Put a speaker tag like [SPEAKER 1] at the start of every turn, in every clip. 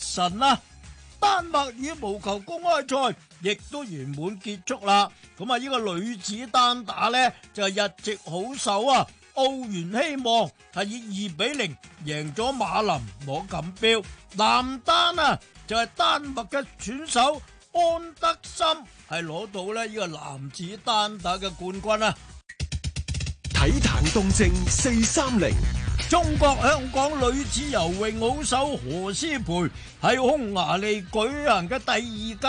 [SPEAKER 1] 神啦。丹麥羽毛球公開賽亦都圓滿結束啦。咁啊，呢個女子單打呢，就係日籍好手啊，奧原希望係以二比零贏咗馬林攞錦標。男單啊，就係丹麥嘅選手安德森係攞到呢呢個男子單打嘅冠軍啊！
[SPEAKER 2] 體壇動靜四三零，
[SPEAKER 1] 中國香港女子游泳好手何詩蓓喺匈牙利舉行嘅第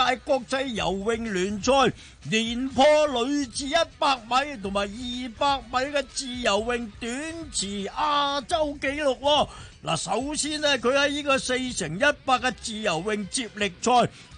[SPEAKER 1] 二屆國際游泳聯賽連破女子一百米同埋二百米嘅自由泳短池亞洲紀錄喎。嗱，首先呢，佢喺呢個四乘一百嘅自由泳接力賽，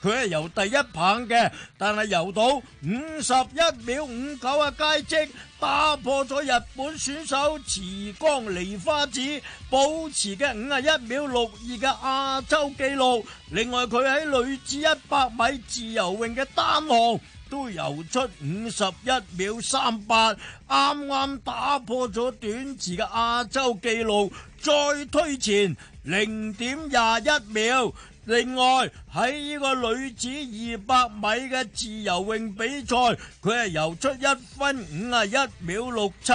[SPEAKER 1] 佢係游第一棒嘅，但係游到五十一秒五九嘅佳績，打破咗日本選手池江梨花子保持嘅五十一秒六二嘅亞洲紀錄。另外，佢喺女子一百米自由泳嘅單項。都游出五十一秒三八，啱啱打破咗短池嘅亞洲紀錄，再推前零點廿一秒。另外喺呢個女子二百米嘅自由泳比賽，佢係游出一分五啊一秒六七。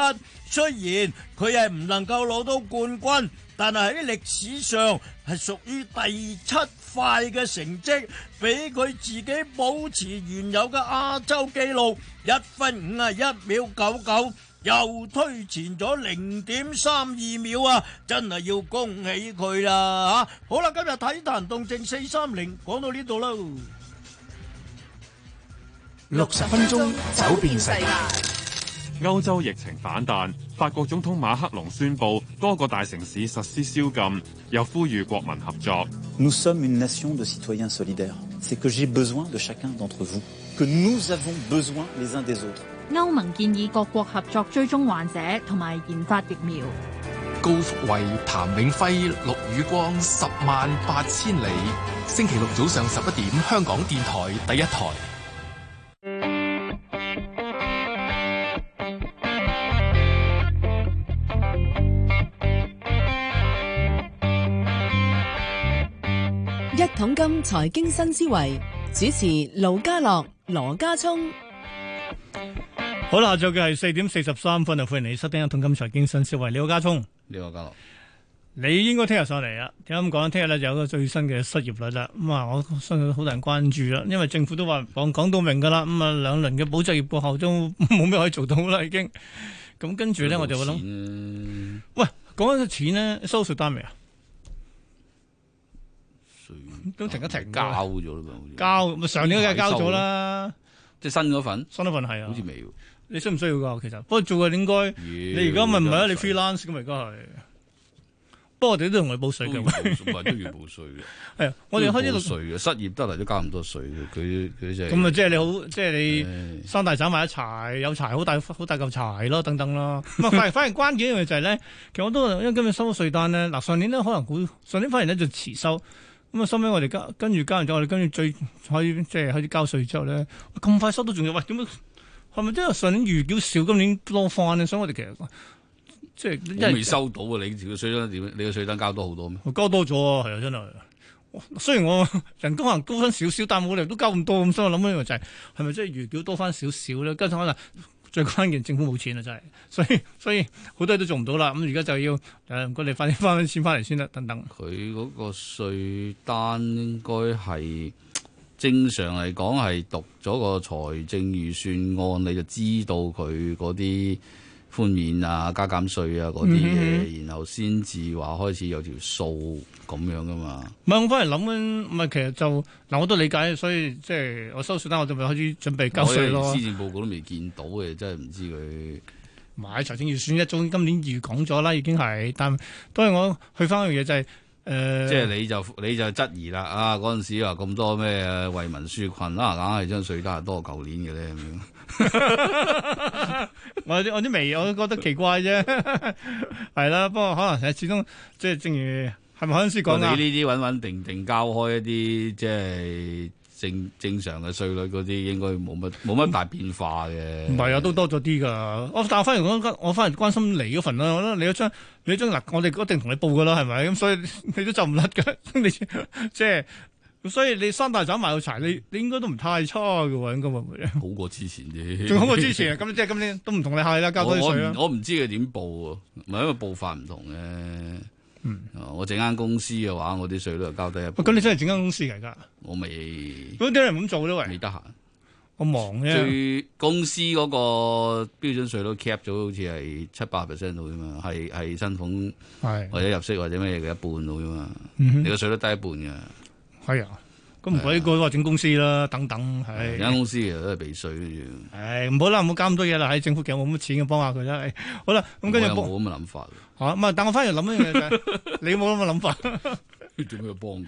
[SPEAKER 1] 雖然佢係唔能夠攞到冠軍，但係喺歷史上係屬於第七快嘅成績，比佢自己保持原有嘅亞洲紀錄一分五啊一秒九九，又推前咗零點三二秒啊！真係要恭喜佢啦嚇！好啦，今日體壇動靜四三零講到呢度咯，
[SPEAKER 2] 六十分鐘走遍世界。
[SPEAKER 3] 歐洲疫情反彈，法國總統馬克龍宣布多個大城市實施宵禁，又呼籲國民合作。
[SPEAKER 4] Nous sommes une nation de citoyens solidaires. C'est que j'ai besoin de chacun d'entre vous, que nous avons besoin les uns des autres.
[SPEAKER 5] 歐盟建議各國合作追蹤患者同埋研發疫苗。
[SPEAKER 6] 高福慧、譚永輝、陸宇光，十萬八千里。星期六早上十一點，香港電台第一台。
[SPEAKER 7] 一桶金財經新思維主持盧家樂、羅家聰。
[SPEAKER 8] 好啦，下晝嘅係四點四十三分啊！歡迎你收聽《一桶金財經新思維》，你好，家聰，
[SPEAKER 9] 你好，家樂，
[SPEAKER 8] 你應該聽日上嚟啊！點解咁講？聽日咧就有個最新嘅失業率啦。咁啊，我相信好多人關注啦，因為政府都話講講到明噶啦。咁啊，兩輪嘅保就業過後都冇咩可以做到啦，已經。咁跟住咧，我就會諗，
[SPEAKER 9] 諗
[SPEAKER 8] 喂，講緊錢咧，收稅單未啊？都停一停
[SPEAKER 9] 交咗啦嘛，好似
[SPEAKER 8] 交咪上年梗係交咗啦，
[SPEAKER 9] 即係新嗰份，
[SPEAKER 8] 新一份係啊
[SPEAKER 9] 好似。未喎。
[SPEAKER 8] 你需唔需要㗎？其實不過做嘅應該。你而家咪唔係啊？你 freelance 咁而家係，不過我哋都同佢報
[SPEAKER 9] 都
[SPEAKER 8] 稅
[SPEAKER 9] 要
[SPEAKER 8] 嘅，
[SPEAKER 9] 報稅，唔係都要報稅嘅。
[SPEAKER 8] 係啊！ 我哋開
[SPEAKER 9] 都
[SPEAKER 8] 始
[SPEAKER 9] 要報
[SPEAKER 8] 錄，
[SPEAKER 9] 稅嘅，失業得嚟都交咁多稅嘅，佢佢就係嗯
[SPEAKER 8] 咁啊，即係你好，即係
[SPEAKER 9] 唉
[SPEAKER 8] 你三大斬埋一齊，有柴好大好大嚿柴咯，等等啦。咁啊，反而反而關鍵一樣就係咧， 其實我都因為今日收咗稅單咧，嗱上年咧可能估上年反而咧就遲收。咁啊，收尾我哋加跟住加完咗，我哋跟住最可以即係開始交稅之後咧，咁快收到仲要喂點解？係咪即係上年預繳少，今年多翻咧？所以我哋其實即係因
[SPEAKER 9] 我
[SPEAKER 8] 為
[SPEAKER 9] 未收到啊！你條稅單點？你個稅單交多好多咩？
[SPEAKER 8] 我交多咗啊，係啊，真係。哇雖然我 人工可能高翻少少，但冇理由都交咁多咁，所以我諗一樣就係係咪真係預繳多翻少少咧？跟住可能最關鍵政府冇錢啊，真係，所以 所以好多嘢都做唔到啦。咁而家就要誒唔該你快啲翻啲錢翻嚟先啦，等啊等。
[SPEAKER 9] 佢嗰個稅單應該係正常嚟講係讀咗個財政預算案，你就知道佢嗰啲寬免啊、加減稅啊嗰啲
[SPEAKER 8] 嗯
[SPEAKER 9] 嘢，然後先至話開始有條數咁樣噶嘛。
[SPEAKER 8] 唔係我翻嚟諗緊，唔係其實就嗱我都理解，所以即係我收稅單我就咪開始準備交
[SPEAKER 9] 我
[SPEAKER 8] 稅
[SPEAKER 9] 哋
[SPEAKER 8] 咯
[SPEAKER 9] 施。政報告都未見到嘅，真係唔知
[SPEAKER 8] 買財政預算一早今年預講咗啦，已經係，但當然我去翻一樣嘢就係、
[SPEAKER 9] 佢，
[SPEAKER 8] 誒，
[SPEAKER 9] 即係你就你就質疑啦啊！嗰陣時話咁多咩為民紓困啊，硬係張稅單係多過舊年嘅咧咁樣。
[SPEAKER 8] 我有啲我啲微，我都覺得奇怪啫， 係啦。不過可能係始終即係正如係咪嗰陣時
[SPEAKER 9] 不過
[SPEAKER 8] 講
[SPEAKER 9] 你
[SPEAKER 8] 啊？
[SPEAKER 9] 呢啲穩穩定定交開一啲即係正正常嘅稅率嗰啲應該冇乜冇乜大變化嘅。
[SPEAKER 8] 唔係啊，都多咗啲噶。我但係反而講，我反而關心你嗰份啦。我覺得你嗰張，你嗰張嗱，我哋一定同你報噶啦，係咪？咁所以 你都走唔甩噶。你即係，所以你三大斬埋個柴，你你應該都唔太差嘅喎，應該會 唔會？
[SPEAKER 9] 好過之前啲，
[SPEAKER 8] 仲好過之前啊！咁即係今年都唔同你客氣啦，交多啲啊
[SPEAKER 9] 我
[SPEAKER 8] 税啦
[SPEAKER 9] 我唔。我唔知佢點報啊，唔係因為報法唔同嘅。
[SPEAKER 8] 嗯
[SPEAKER 9] 啊我整間公司嘅話，我啲稅率就交低一半
[SPEAKER 8] 喂咁你真係整間公司嚟㗎？
[SPEAKER 9] 我未
[SPEAKER 8] 咁點解你唔咁做咧？喂
[SPEAKER 9] 未，得閒。
[SPEAKER 8] 我忙啫。
[SPEAKER 9] 最公司嗰個標準稅率 cap 咗，好似係七八 percent 到啫嘛，係係薪俸
[SPEAKER 8] 係，
[SPEAKER 9] 或者入息或者咩嘅一半到啫嘛。
[SPEAKER 8] 嗯
[SPEAKER 9] 你
[SPEAKER 8] 哼
[SPEAKER 9] 個稅率低一半嘅，
[SPEAKER 8] 係啊。咁唔鬼過話整公司啦，等等
[SPEAKER 9] 而
[SPEAKER 8] 係
[SPEAKER 9] 間。公司其實都係啊避稅嘅啫。
[SPEAKER 8] 唉，唔好啦，唔好搞咁多嘢啦。喺政府其實冇乜錢嘅，幫下佢啦。唉好啦，咁跟住
[SPEAKER 9] 我
[SPEAKER 8] 幫
[SPEAKER 9] 又冇咁嘅諗法，
[SPEAKER 8] 嚇，唔係，但我翻嚟諗一樣嘢就係你冇咁嘅諗法。
[SPEAKER 9] 做咩要幫佢？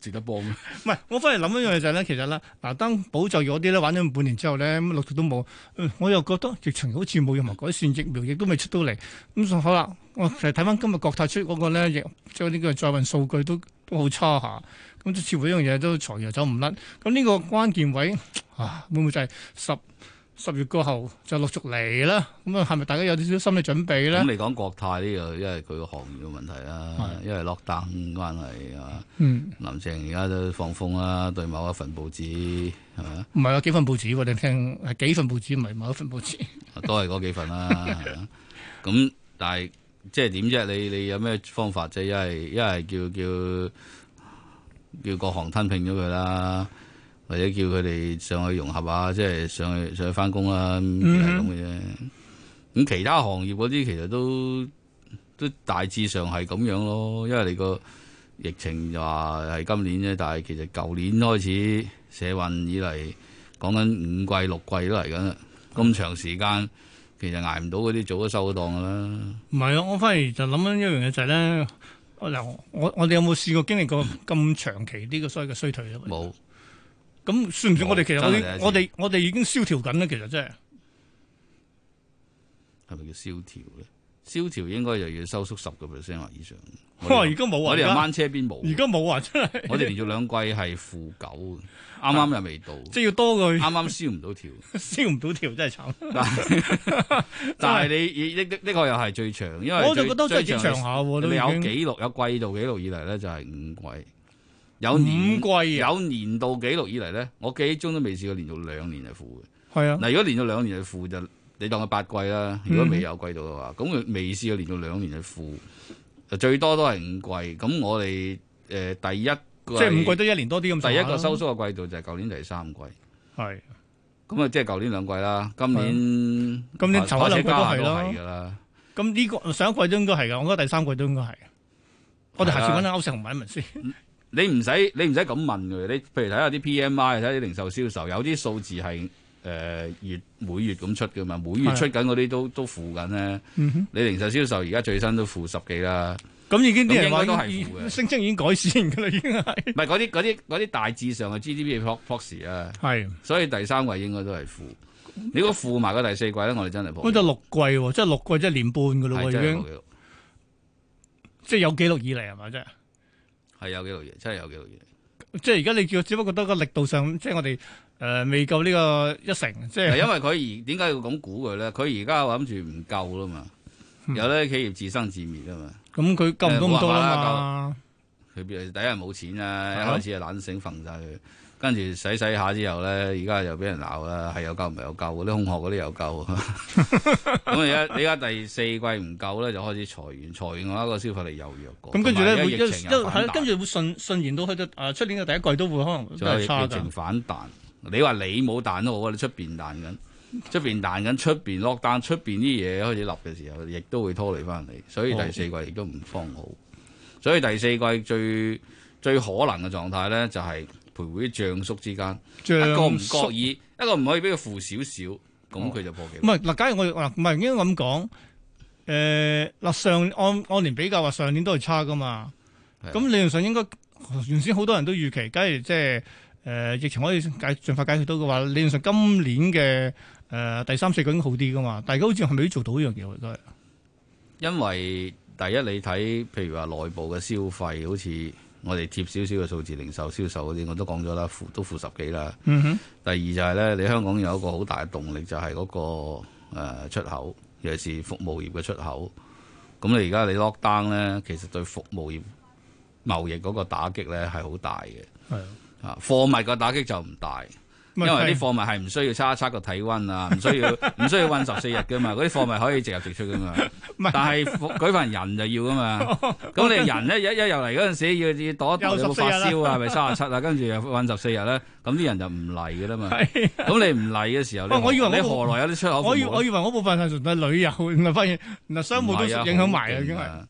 [SPEAKER 9] 值得幫咩？
[SPEAKER 8] 唔係，我翻嚟諗一樣嘢就係咧，其實咧，嗱，當保就業嗰啲咧玩咗半年之後咧，咁陸續都冇，嗯我又覺得疫情好似冇呃任何改善，疫苗亦都未出到嚟，咁所以好啦，我其實睇翻今日國泰出嗰個咧，疫即係呢個載運數據都都好差下，咁似乎呢樣嘢都財又走唔甩，咁呢個關鍵位啊，會唔會就係十十月過後就陸續嚟啦？咁啊，係咪大家有少少心理準備咧
[SPEAKER 9] 咁？你講國泰呢個，因為佢個行業嘅問題啦，
[SPEAKER 8] 係
[SPEAKER 9] 因為 lockdown 關係啊，
[SPEAKER 8] 嗯，
[SPEAKER 9] 林鄭而家都放風啦，對某一份報紙係咪啊
[SPEAKER 8] 唔係啊，幾份報紙喎，你聽係幾份報紙，唔係某一份報紙。
[SPEAKER 9] 都係嗰幾份啦。係啊咁但係即係點啫？你你有咩方法啫？一係一係叫叫叫各行吞併咗佢啦，或者叫佢哋上去融合啊，即係上去上去翻工啦，咁係咁嘅啫。咁其他行業嗰啲其實都都大致上係咁樣咯，因為你個疫情就話係今年啫，但係其實舊年開始社運以嚟講緊五季六季都嚟緊啦，咁長時間其實捱唔到嗰啲早都收檔噶啦。
[SPEAKER 8] 唔係啊，我反而就諗緊一樣嘢就係咧，我嗱我我哋有冇試過經歷過咁長期呢個所謂嘅衰退咧？
[SPEAKER 9] 冇
[SPEAKER 8] 咁算唔算我哋其實我
[SPEAKER 9] 真係
[SPEAKER 8] 哋
[SPEAKER 9] 第一次
[SPEAKER 8] 我哋我哋已經蕭條緊啦，其實真係
[SPEAKER 9] 係咪叫蕭條咧？蕭條應該就要收縮十個 percent 或 以上。
[SPEAKER 8] 哇！而家冇啊，
[SPEAKER 9] 我
[SPEAKER 8] 而
[SPEAKER 9] 哋又
[SPEAKER 8] 家
[SPEAKER 9] 掹車邊
[SPEAKER 8] 而
[SPEAKER 9] 冇，
[SPEAKER 8] 家冇啊，真係
[SPEAKER 9] 我哋連續兩季係負九 嘅，啱啱又未到，
[SPEAKER 8] 即係要多佢
[SPEAKER 9] 啱啱燒唔到 條。
[SPEAKER 8] 燒唔到條，真係慘。
[SPEAKER 9] 但係但係你的的的確又係最長，因為
[SPEAKER 8] 我就覺得真係幾
[SPEAKER 9] 最
[SPEAKER 8] 長下喎，都
[SPEAKER 9] 你有
[SPEAKER 8] 已經
[SPEAKER 9] 記錄有季度記錄以嚟咧，就係五季，有年
[SPEAKER 8] 五季啊，
[SPEAKER 9] 有年度記錄以嚟咧，我記憶中都未試過連續兩年係負嘅。
[SPEAKER 8] 係啊，
[SPEAKER 9] 嗱，如果連續兩年係負就你當佢八季啦。如
[SPEAKER 8] 嗯
[SPEAKER 9] 果未有季度嘅話，咁佢未試過連續兩年係負，就最多都係五季。咁我哋誒、呃第一
[SPEAKER 8] 即
[SPEAKER 9] 季
[SPEAKER 8] 係五季都一年多啲咁啊上
[SPEAKER 9] 第
[SPEAKER 8] 下
[SPEAKER 9] 一
[SPEAKER 8] 啦。
[SPEAKER 9] 個收縮嘅季度就係舊年第三季。
[SPEAKER 8] 係
[SPEAKER 9] 咁啊，即係舊年兩季啦，今年
[SPEAKER 8] 啊今年頭一兩季都係啦
[SPEAKER 9] 係㗎啦。
[SPEAKER 8] 咁呢個上一季都應該係㗎，我覺得第三季都應該係。我哋下次揾阿歐石雄問一問先。
[SPEAKER 9] 你唔使你唔使咁問佢，你譬如睇下啲 PMI，睇下啲零售銷售，有啲數字係誒、呃月每月咁出嘅嘛，每月
[SPEAKER 8] 係
[SPEAKER 9] 出緊嗰啲都都負緊咧。
[SPEAKER 8] 嗯哼
[SPEAKER 9] 你零售銷售而家最新都負十幾啦，
[SPEAKER 8] 咁已經啲人話
[SPEAKER 9] 咁應該都係
[SPEAKER 8] 已
[SPEAKER 9] 負嘅
[SPEAKER 8] 聲稱已經改善㗎啦，已經係。
[SPEAKER 9] 唔係嗰啲嗰啲嗰啲大致上嘅 GDP 嘅 pro- proxy 啊，
[SPEAKER 8] 係，
[SPEAKER 9] 所以第三季應該都係負。你如果負埋個第四季咧，我哋真係破
[SPEAKER 8] 咁
[SPEAKER 9] 紀錄。
[SPEAKER 8] 就六季喎，即係六季即係年半㗎咯喎，
[SPEAKER 9] 係
[SPEAKER 8] 已
[SPEAKER 9] 真係破
[SPEAKER 8] 經
[SPEAKER 9] 紀錄，
[SPEAKER 8] 即係有記錄以嚟係嘛？即係
[SPEAKER 9] 係有幾多嘢，真係有幾多嘢。
[SPEAKER 8] 即係而家你叫，只不過得個力度上，即係我哋誒、呃未夠呢個一成，即
[SPEAKER 9] 係
[SPEAKER 8] 係
[SPEAKER 9] 因為佢而點解要咁估佢咧？佢而家諗住唔夠啦嘛，
[SPEAKER 8] 嗯
[SPEAKER 9] 有啲企業自生自滅啊嘛。
[SPEAKER 8] 咁佢夠唔到咁多啦嘛。
[SPEAKER 9] 佢邊第一日冇錢啊，
[SPEAKER 8] 係
[SPEAKER 9] 一
[SPEAKER 8] 咯
[SPEAKER 9] 開始就懶醒揈晒佢，跟住洗洗下之後咧，而家又俾人鬧啦，係有救唔係有救，嗰啲空殼嗰啲有 救。咁而家你而家第四季唔夠咧，就開始裁員，裁員嘅話個消費力又弱過。
[SPEAKER 8] 咁跟住咧，
[SPEAKER 9] 同埋
[SPEAKER 8] 會一
[SPEAKER 9] 而
[SPEAKER 8] 一
[SPEAKER 9] 家疫情又反
[SPEAKER 8] 係跟
[SPEAKER 9] 彈，
[SPEAKER 8] 住會順順延到去到誒出年嘅第一季都會可能都
[SPEAKER 9] 仲有
[SPEAKER 8] 係差
[SPEAKER 9] 疫
[SPEAKER 8] 㗎
[SPEAKER 9] 情。反彈。你話你冇彈都好啊，你出邊彈緊，出邊彈緊，出邊 lock down，出邊啲嘢開始立嘅時候，亦都會拖累翻你。所以第四季亦都唔方好。所以第四季最最可能嘅狀態咧，就係徘徊於漲縮之間。一個唔
[SPEAKER 8] 縮
[SPEAKER 9] 覺意，一個唔可以俾佢負少少，咁佢就破紀
[SPEAKER 8] 唔
[SPEAKER 9] 錄。
[SPEAKER 8] 係嗱，假如我哋嗱唔係應該咁講，誒、嗱上按按年比較話上年都係差噶嘛，
[SPEAKER 9] 係啊
[SPEAKER 8] 咁理論上應該原先好多人都預期，假如即係誒疫情可以解盡快解決到嘅話，理論上今年嘅誒、第三四季應該好啲噶嘛，但係而家好似係咪都做到呢樣嘢喎？應
[SPEAKER 9] 因為第一你睇，譬如話內部嘅消費，好似我哋貼少少嘅數字，零售銷售嗰啲我都講咗啦，負都負十幾啦。
[SPEAKER 8] 嗯哼，
[SPEAKER 9] 第二就係咧，你香港有一個好大嘅動力，就係嗰、個、呃、出口，尤其是服務業嘅出口。咁你而家你 lock down 咧，其實對服務業貿易嗰個打擊咧係好大嘅。
[SPEAKER 8] 係啊
[SPEAKER 9] 啊，貨物個打擊就唔大，因
[SPEAKER 8] 咪
[SPEAKER 9] 為啲
[SPEAKER 8] 係
[SPEAKER 9] 貨物係唔需要測一測個體温啊，唔需要 唔需要運十四日噶嘛，嗰啲貨物可以直入直出噶嘛。
[SPEAKER 8] 唔係
[SPEAKER 9] 但係服舉份人就要噶啊嘛。 咁你人咧一一入嚟嗰陣時，要要度一度有冇
[SPEAKER 8] 又14
[SPEAKER 9] 發
[SPEAKER 8] 日啦
[SPEAKER 9] 燒啊，係咪三十七啊，跟住又運十四日咧，咁啲人就唔嚟噶啦嘛。
[SPEAKER 8] 係啊
[SPEAKER 9] 咁你唔嚟嘅時候，你
[SPEAKER 8] 喂我以為
[SPEAKER 9] 何你
[SPEAKER 8] 我
[SPEAKER 9] 何來有啲出口服務啊
[SPEAKER 8] 我以我以為嗰部分係純粹旅遊， 原來發現原來商務都影響埋啊，已經係。
[SPEAKER 9] 係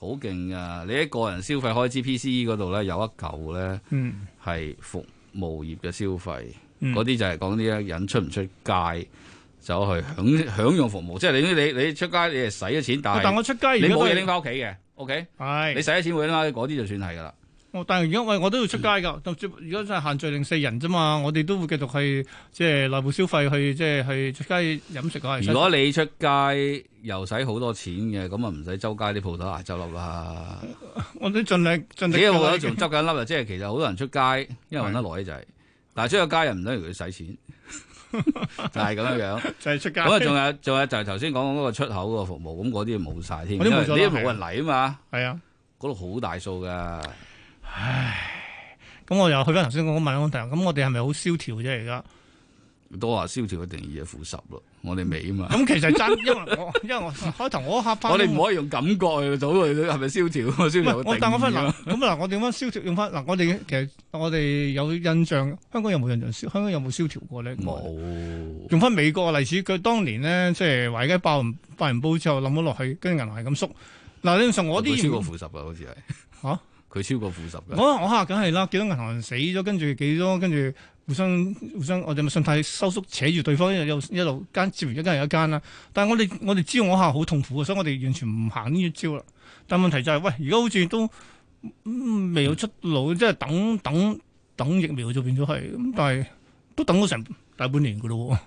[SPEAKER 9] 好勁啊！你喺個人消費開支 PCE 嗰度咧，有一嚿咧
[SPEAKER 8] 嗯
[SPEAKER 9] 係服務業嘅消費，
[SPEAKER 8] 嗯
[SPEAKER 9] 嗰啲、就係講啲人出唔出街走去享享用服務，即係你你你出街你係使咗錢，但
[SPEAKER 8] 但
[SPEAKER 9] 係
[SPEAKER 8] 我出街而
[SPEAKER 9] 你
[SPEAKER 8] 家都
[SPEAKER 9] 冇嘢
[SPEAKER 8] 係
[SPEAKER 9] 拎翻屋企嘅，OK？你
[SPEAKER 8] 係，
[SPEAKER 9] 使咗錢冇嘢拎翻屋企，嗰啲就算係㗎啦。
[SPEAKER 8] 我哦但係而家喂我都要出街
[SPEAKER 9] 嗯
[SPEAKER 8] 㗎，就接而家真係限聚令四人啫嘛，我哋都會繼續去即係內部消費，去即係去出街飲食啊。
[SPEAKER 9] 如果你出街又使好多錢嘅，咁啊唔使周街啲鋪頭牙執笠啦。
[SPEAKER 8] 我都盡量盡
[SPEAKER 9] 幾
[SPEAKER 8] 力
[SPEAKER 9] 個鋪
[SPEAKER 8] 㗎啦
[SPEAKER 9] 頭
[SPEAKER 8] 已經。
[SPEAKER 9] 仲執緊笠啊！即係其實好多人出街，因為揾得耐就係，但係出咗街又唔等於佢使 錢，就係咁樣樣。
[SPEAKER 8] 就係出街。
[SPEAKER 9] 咁啊，仲有仲有就係頭先講嗰個出口嗰個服務，咁嗰啲冇晒添，因為
[SPEAKER 8] 嗰
[SPEAKER 9] 呢
[SPEAKER 8] 啲冇咗啦
[SPEAKER 9] 啲冇人嚟啊嘛，
[SPEAKER 8] 係啊。
[SPEAKER 9] 嗰度好大數㗎。
[SPEAKER 8] 咁我又去翻頭先講嗰問安題，咁我哋係咪好蕭條啫？而家
[SPEAKER 9] 都話蕭條嘅定義係負十咯，我哋未啊嘛。
[SPEAKER 8] 咁其實爭，因為我因為我開頭我嚇翻，
[SPEAKER 9] 我哋唔可以用感覺去到佢係咪蕭條，蕭條嘅
[SPEAKER 8] 唔係
[SPEAKER 9] 定
[SPEAKER 8] 我但我翻
[SPEAKER 9] 義啊
[SPEAKER 8] 嗱
[SPEAKER 9] 咯。
[SPEAKER 8] 咁嗱，我點翻蕭條用翻嗱？我哋其實我哋有印象，香港有冇印象蕭？香港有冇蕭條過咧？
[SPEAKER 9] 冇
[SPEAKER 8] 用翻美國嘅例子，佢當年咧即係華爾街爆完爆完煲之後冧咗落去，跟住銀行係咁縮。嗱，理論上我
[SPEAKER 9] 佢超過
[SPEAKER 8] 啲
[SPEAKER 9] 負十㗎，好似係
[SPEAKER 8] 嚇
[SPEAKER 9] 佢超過負十㗎。
[SPEAKER 8] 我我嚇梗係啦，幾多銀行死咗，跟住幾多跟住互相互相，我哋咪信貸收縮扯住對方，一路一路間接完一間又一間啦。但係我哋我哋知道我嚇好痛苦嘅，所以我哋完全唔行呢一招啦。但問題就係、喂，而家好似都、嗯未有出路，即係等等等疫苗就變咗係咁，但係都等咗成大半年嘅咯喎。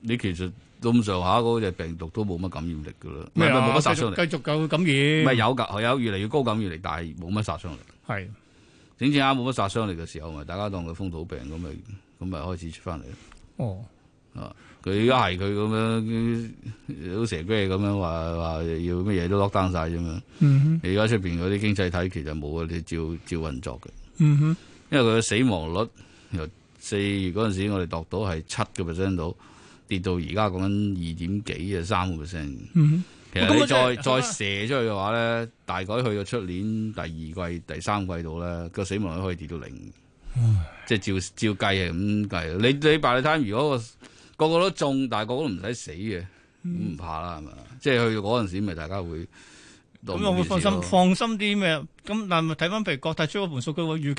[SPEAKER 9] 你其實咁上下嗰隻病毒都冇乜感染力㗎啦，唔係
[SPEAKER 8] 啊
[SPEAKER 9] 冇乜殺
[SPEAKER 8] 繼
[SPEAKER 9] 傷力，
[SPEAKER 8] 續繼續夠感
[SPEAKER 9] 唔
[SPEAKER 8] 染，
[SPEAKER 9] 係有㗎，有越嚟越高感染力，但係冇乜殺傷力。
[SPEAKER 8] 係
[SPEAKER 9] 整整啱冇乜殺傷力嘅時候，咪大家當佢風土病咁咪咁咪開始出翻嚟咯。
[SPEAKER 8] 哦。
[SPEAKER 9] 佢而家係佢咁樣好蛇龜咁樣話話要乜嘢都 lock down 晒啫嘛。
[SPEAKER 8] 嗯哼，
[SPEAKER 9] 你而家出邊嗰啲經濟體其實冇啊，你照照運作嘅，
[SPEAKER 8] 嗯哼，
[SPEAKER 9] 因為佢嘅死亡率由四月嗰陣時我哋度到係七個 percent 到，跌到而家講緊二點幾啊三個 percent。
[SPEAKER 8] 嗯
[SPEAKER 9] 其實你再
[SPEAKER 8] 咁啊
[SPEAKER 9] 再射出去嘅話咧，大概去到出年第二季、第三季度咧，個死亡率可以跌到零，即係照照計係咁計。你你 by the time 如果個個個都中，但係個個都唔使死嘅，咁唔怕啦，係咪？即係去到嗰陣時，咪大家會
[SPEAKER 8] 哼，
[SPEAKER 9] 當
[SPEAKER 8] 咁我
[SPEAKER 9] 冇
[SPEAKER 8] 會
[SPEAKER 9] 事
[SPEAKER 8] 放心
[SPEAKER 9] 咯
[SPEAKER 8] 放心啲咩？咁但係睇翻譬如國泰出嗰盤數據會預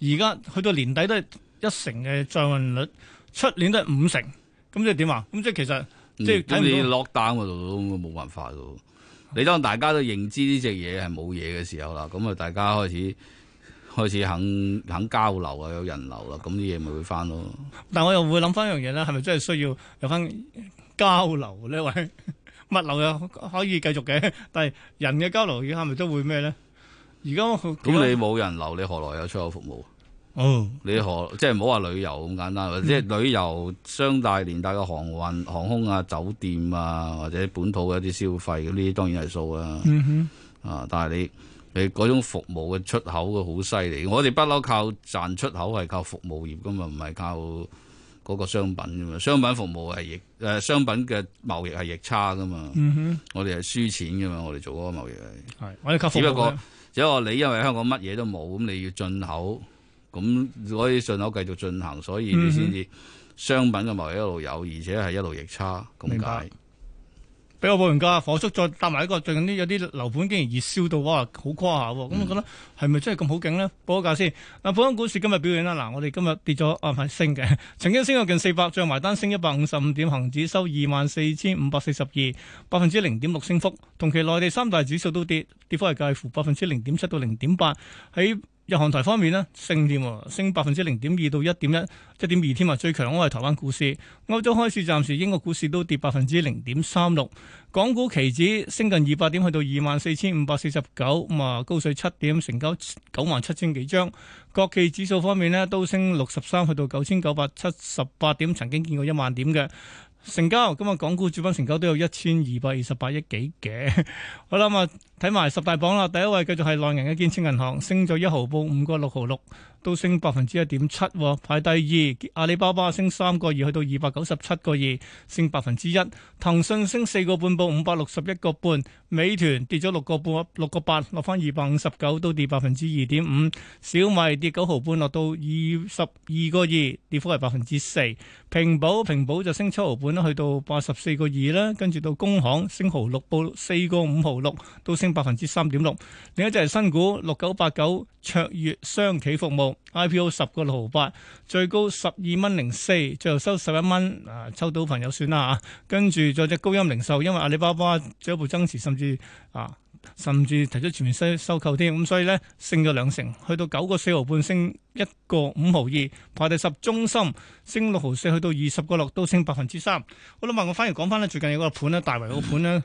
[SPEAKER 8] 期，而家去到年底都係一成嘅載運率，出年都係五成，咁即係點啊？咁即係其實
[SPEAKER 9] 嗯
[SPEAKER 8] 即係睇
[SPEAKER 9] 咁
[SPEAKER 8] 唔
[SPEAKER 9] 你
[SPEAKER 8] 到
[SPEAKER 9] lock down 嗰度都冇辦法噶。你當大家都認知呢只嘢係冇嘢嘅時候啦，咁啊大家開始開始肯肯交流啊，有人流啦，咁啲嘢咪會翻咯。
[SPEAKER 8] 但我又會諗翻一樣嘢咧，係咪真係需要有翻交流呢？ 喂，物流又可以繼續嘅，但係人嘅交流而家係咪都會咩咧？而家咁
[SPEAKER 9] 咁你冇人流，你何來有出口服務？
[SPEAKER 8] 哦，
[SPEAKER 9] 你何即係唔好話旅遊咁簡單，或者旅遊相帶連帶嘅航運、航空啊、酒店啊，或者本土嘅一啲消費，咁呢啲當然係數啦。
[SPEAKER 8] 嗯哼，
[SPEAKER 9] 啊，但係你你嗰種服務嘅出口嘅好犀利，我哋不嬲靠賺出口係靠服務業噶嘛，唔係靠嗰個商品噶嘛。商品服務係逆誒、呃商品嘅貿易係逆差噶嘛，
[SPEAKER 8] 嗯哼，
[SPEAKER 9] 我哋係輸錢噶嘛，我哋做嗰個貿易係。
[SPEAKER 8] 係我哋靠服務
[SPEAKER 9] 只不過
[SPEAKER 8] 嘅
[SPEAKER 9] 只不過你因為香港乜嘢都冇，咁你要進口，咁嗰啲進口繼續進行，所
[SPEAKER 8] 嗯
[SPEAKER 9] 以你先至商品嘅貿易一路有，而且係一路逆差咁
[SPEAKER 8] 明
[SPEAKER 9] 解
[SPEAKER 8] 白。俾我報完價，火速再搭埋一個最近啲有啲樓盤竟然熱銷到哇，好誇下喎！咁、我覺得係咪真係咁好勁咧？報個價先。嗱，本港股市今日表現啦，嗱，我哋今日跌咗啊，唔係升嘅， 曾經升過近四百，最後埋單升一百五十五點，恒指收二萬四千五百四十二，百分之零點六升幅。同期內地三大指數都跌，跌幅係介乎百分之零點七到零點八，喺。日韓台方面呢，升添喎，升百分之零點二到一點一、一點二添啊！最強嗰個係台灣股市。歐洲開市暫時，英國股市都跌百分之零點三六。港股期指升近二百點，去到二萬四千五百四十九，咁啊高水七點，成交九萬七千幾張。國企指數方面呢，都升六十三，去到九千九百七十八點，曾經見過一萬點嘅。成交今日港股主板成交都有一千二百二十八億幾嘅， 好啦咁啊，睇埋十大榜啦，第一位繼續係內銀嘅建設銀行，升咗一毫，報五個六毫六，都升百分之一點七，排第二。阿里巴巴升三個二，去到二百九十七個二，升百分之一。騰訊升四個半，報五百六十一個半。美團跌咗六個半，六個八，落翻二百五十九，都跌百分之二點五。小米跌九毫半，落到二十二個二，跌幅係百分之四。平保平保就升七毫半啦，去到八十四個二啦，跟住到工行升毫六，報四個五毫六，都升百分之三點六。另一隻係新股六九八九卓越商企服務 IPO 十個六毫八，最高十二蚊零四，最後收十一蚊。啊，抽到朋友算啦嚇。跟住再隻高鑫零售，因為阿里巴巴進一步增持，甚至啊。甚至提出全面收收購添，咁所以咧升咗兩成，去到九個四毫半，升一個五毫二，排第十。中芯升六毫四，去到二十個六，都升百分之三。好啦，問我反而講翻咧，最近有個盤咧，大圍個盤咧，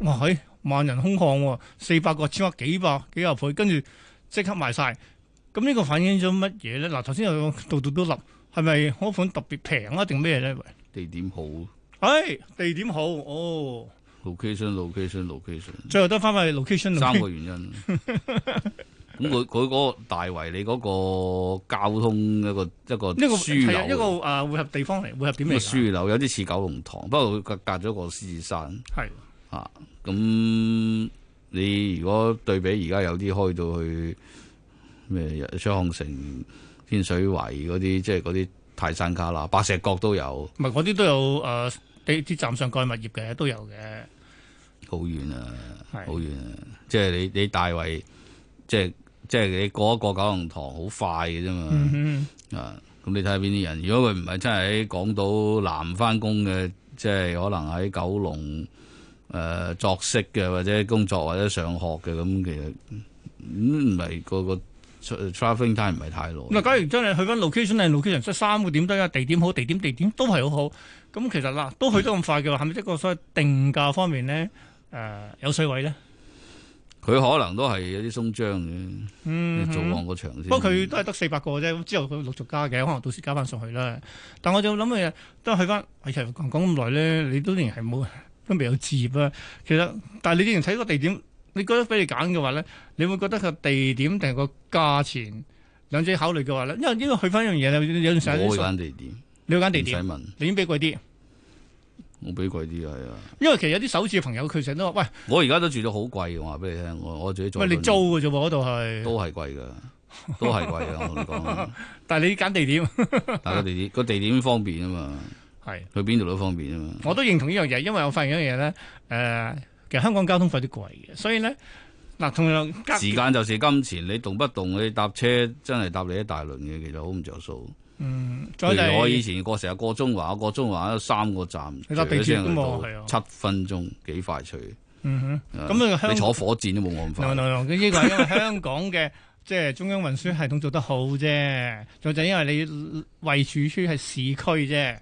[SPEAKER 8] 哇係、萬人空巷喎，四百個超額幾百幾廿倍，跟住即刻賣晒。咁呢個反映咗乜嘢咧？嗱，頭先有個度度都立，係咪嗰盤特別平啊？定咩咧？喂，
[SPEAKER 9] 地點好
[SPEAKER 8] 唉，地點好哦，
[SPEAKER 9] ，location location location，
[SPEAKER 8] 最後都翻返去 location
[SPEAKER 9] 三個原因。咁佢佢嗰個大圍，你嗰個交通一個一個
[SPEAKER 8] 呢個
[SPEAKER 9] 樞
[SPEAKER 8] 係啊，一個
[SPEAKER 9] 紐，
[SPEAKER 8] 誒匯合地方嚟，匯合點
[SPEAKER 9] 一
[SPEAKER 8] 嚟
[SPEAKER 9] 個
[SPEAKER 8] 㗎？
[SPEAKER 9] 樞紐有啲似九龍塘，不過佢隔隔咗個獅子山。
[SPEAKER 8] 係
[SPEAKER 9] 啊，咁你如果對比而家有啲開到去咩昌城、天水圍嗰啲，即係嗰啲泰山卡啦、白石角都有，
[SPEAKER 8] 唔係嗰啲都有誒、呃地鐵站上蓋物業嘅都有嘅，
[SPEAKER 9] 好遠啊，
[SPEAKER 8] 係
[SPEAKER 9] 好遠啊！即係你你大圍，即係即係你過一過九龍塘好快嘅啫嘛。
[SPEAKER 8] 嗯
[SPEAKER 9] 啊，咁你睇下邊啲人，如果佢唔係真係喺港島南翻工嘅，即係可能喺九龍誒、呃作息嘅，或者工作或者上學嘅，咁其實嗯唔係、個個 tra- travelling time 唔係太耐。
[SPEAKER 8] 嗱，啊假如真係去翻 location 係 location，即係三個點都有，地點好，地點地點都係好好。咁其實嗱，都去得咁快嘅話，係咪一個所謂定價方面咧誒、呃有水位咧？
[SPEAKER 9] 佢可能都係有啲鬆張嘅，
[SPEAKER 8] 嗯，
[SPEAKER 9] 做旺個場先。
[SPEAKER 8] 不過佢都係得四百個啫，咁之後佢陸續加嘅，可能到時加翻上去啦。但我就諗嘅嘢都係去翻，其實講講咁耐咧，你都仍然係冇 都未有置業啊。其實，但係你仍然睇個地點，你覺得俾你揀嘅話咧，你會覺得個地點定係個價錢兩者考慮嘅話咧，因為呢個去翻一樣嘢咧，有陣時
[SPEAKER 9] 我會
[SPEAKER 8] 候
[SPEAKER 9] 揀地點，
[SPEAKER 8] 你要揀地
[SPEAKER 9] 唔使
[SPEAKER 8] 點，
[SPEAKER 9] 問，
[SPEAKER 8] 你已經俾貴啲。
[SPEAKER 9] 我俾貴啲係啊！
[SPEAKER 8] 因為其實有啲首置嘅朋友佢成日都話：
[SPEAKER 9] 我而家都住到好貴，我話俾你聽，我我自己做。
[SPEAKER 8] 喂，喂，你租嘅啫喎，嗰度係。
[SPEAKER 9] 都係貴㗎，都係貴㗎。我同你 講，
[SPEAKER 8] 但係你揀地點
[SPEAKER 9] 但係個地點個地點方便啊嘛。
[SPEAKER 8] 係。
[SPEAKER 9] 去邊度都方便啊嘛。
[SPEAKER 8] 我都認同呢樣嘢，因為我發現一樣嘢咧，誒、其實香港交通費都貴嘅，所以咧，嗱，同樣加
[SPEAKER 9] 時間就是金錢，你動不動你搭車真係搭你一大輪嘅，其實好唔着數。
[SPEAKER 8] 嗯再
[SPEAKER 9] 譬
[SPEAKER 8] 就
[SPEAKER 9] 如我以
[SPEAKER 8] 係
[SPEAKER 9] 前過成日過中環，我過中環有三個站，
[SPEAKER 8] 你搭地鐵
[SPEAKER 9] 聲
[SPEAKER 8] 㗎嘛
[SPEAKER 9] 去
[SPEAKER 8] 係啊
[SPEAKER 9] 到七分鐘幾快脆。
[SPEAKER 8] 嗯哼，
[SPEAKER 9] 啊
[SPEAKER 8] 咁啊香
[SPEAKER 9] 你坐火箭都冇我咁
[SPEAKER 8] no
[SPEAKER 9] 快。
[SPEAKER 8] no no，呢個係 因為香港嘅即係中央運輸系統做得好啫，就就因為你位處於係市區啫，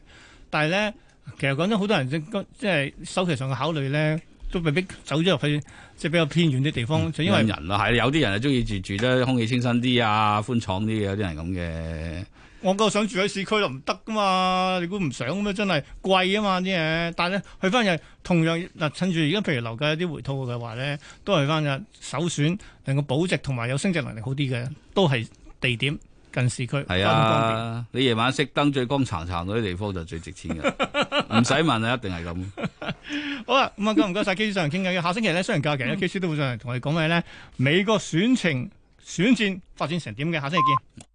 [SPEAKER 8] 但係咧，其實講真，好多人即即係首期上嘅考慮咧，都被逼走咗入去即係比較偏遠啲地方，就因為
[SPEAKER 9] 因人啦，係有啲人係中意住住得空氣清新啲啊，寬敞啲嘅，有啲人咁
[SPEAKER 8] 我夠想住喺市區就唔得噶嘛，你估唔想咩？真係貴啊嘛啲嘢。但係咧，去翻又同樣嗱，趁住而家譬如樓價有啲回吐嘅話咧，都係翻嘅首選能夠保值同埋有升值能力好啲嘅，都係地點近市區，
[SPEAKER 9] 嘅。係
[SPEAKER 8] 交通方便。
[SPEAKER 9] 啊，你夜晚熄燈最光殘殘嗰啲地方就最值錢 嘅，唔使問啊，一定係咁。
[SPEAKER 8] 好啦，咁啊，咁唔該晒 K 上嚟傾偈嘅。下星期咧，雖然假期咧，K 書都會上嚟同我哋講咩咧？美國選情選戰發展成點嘅？下星期見。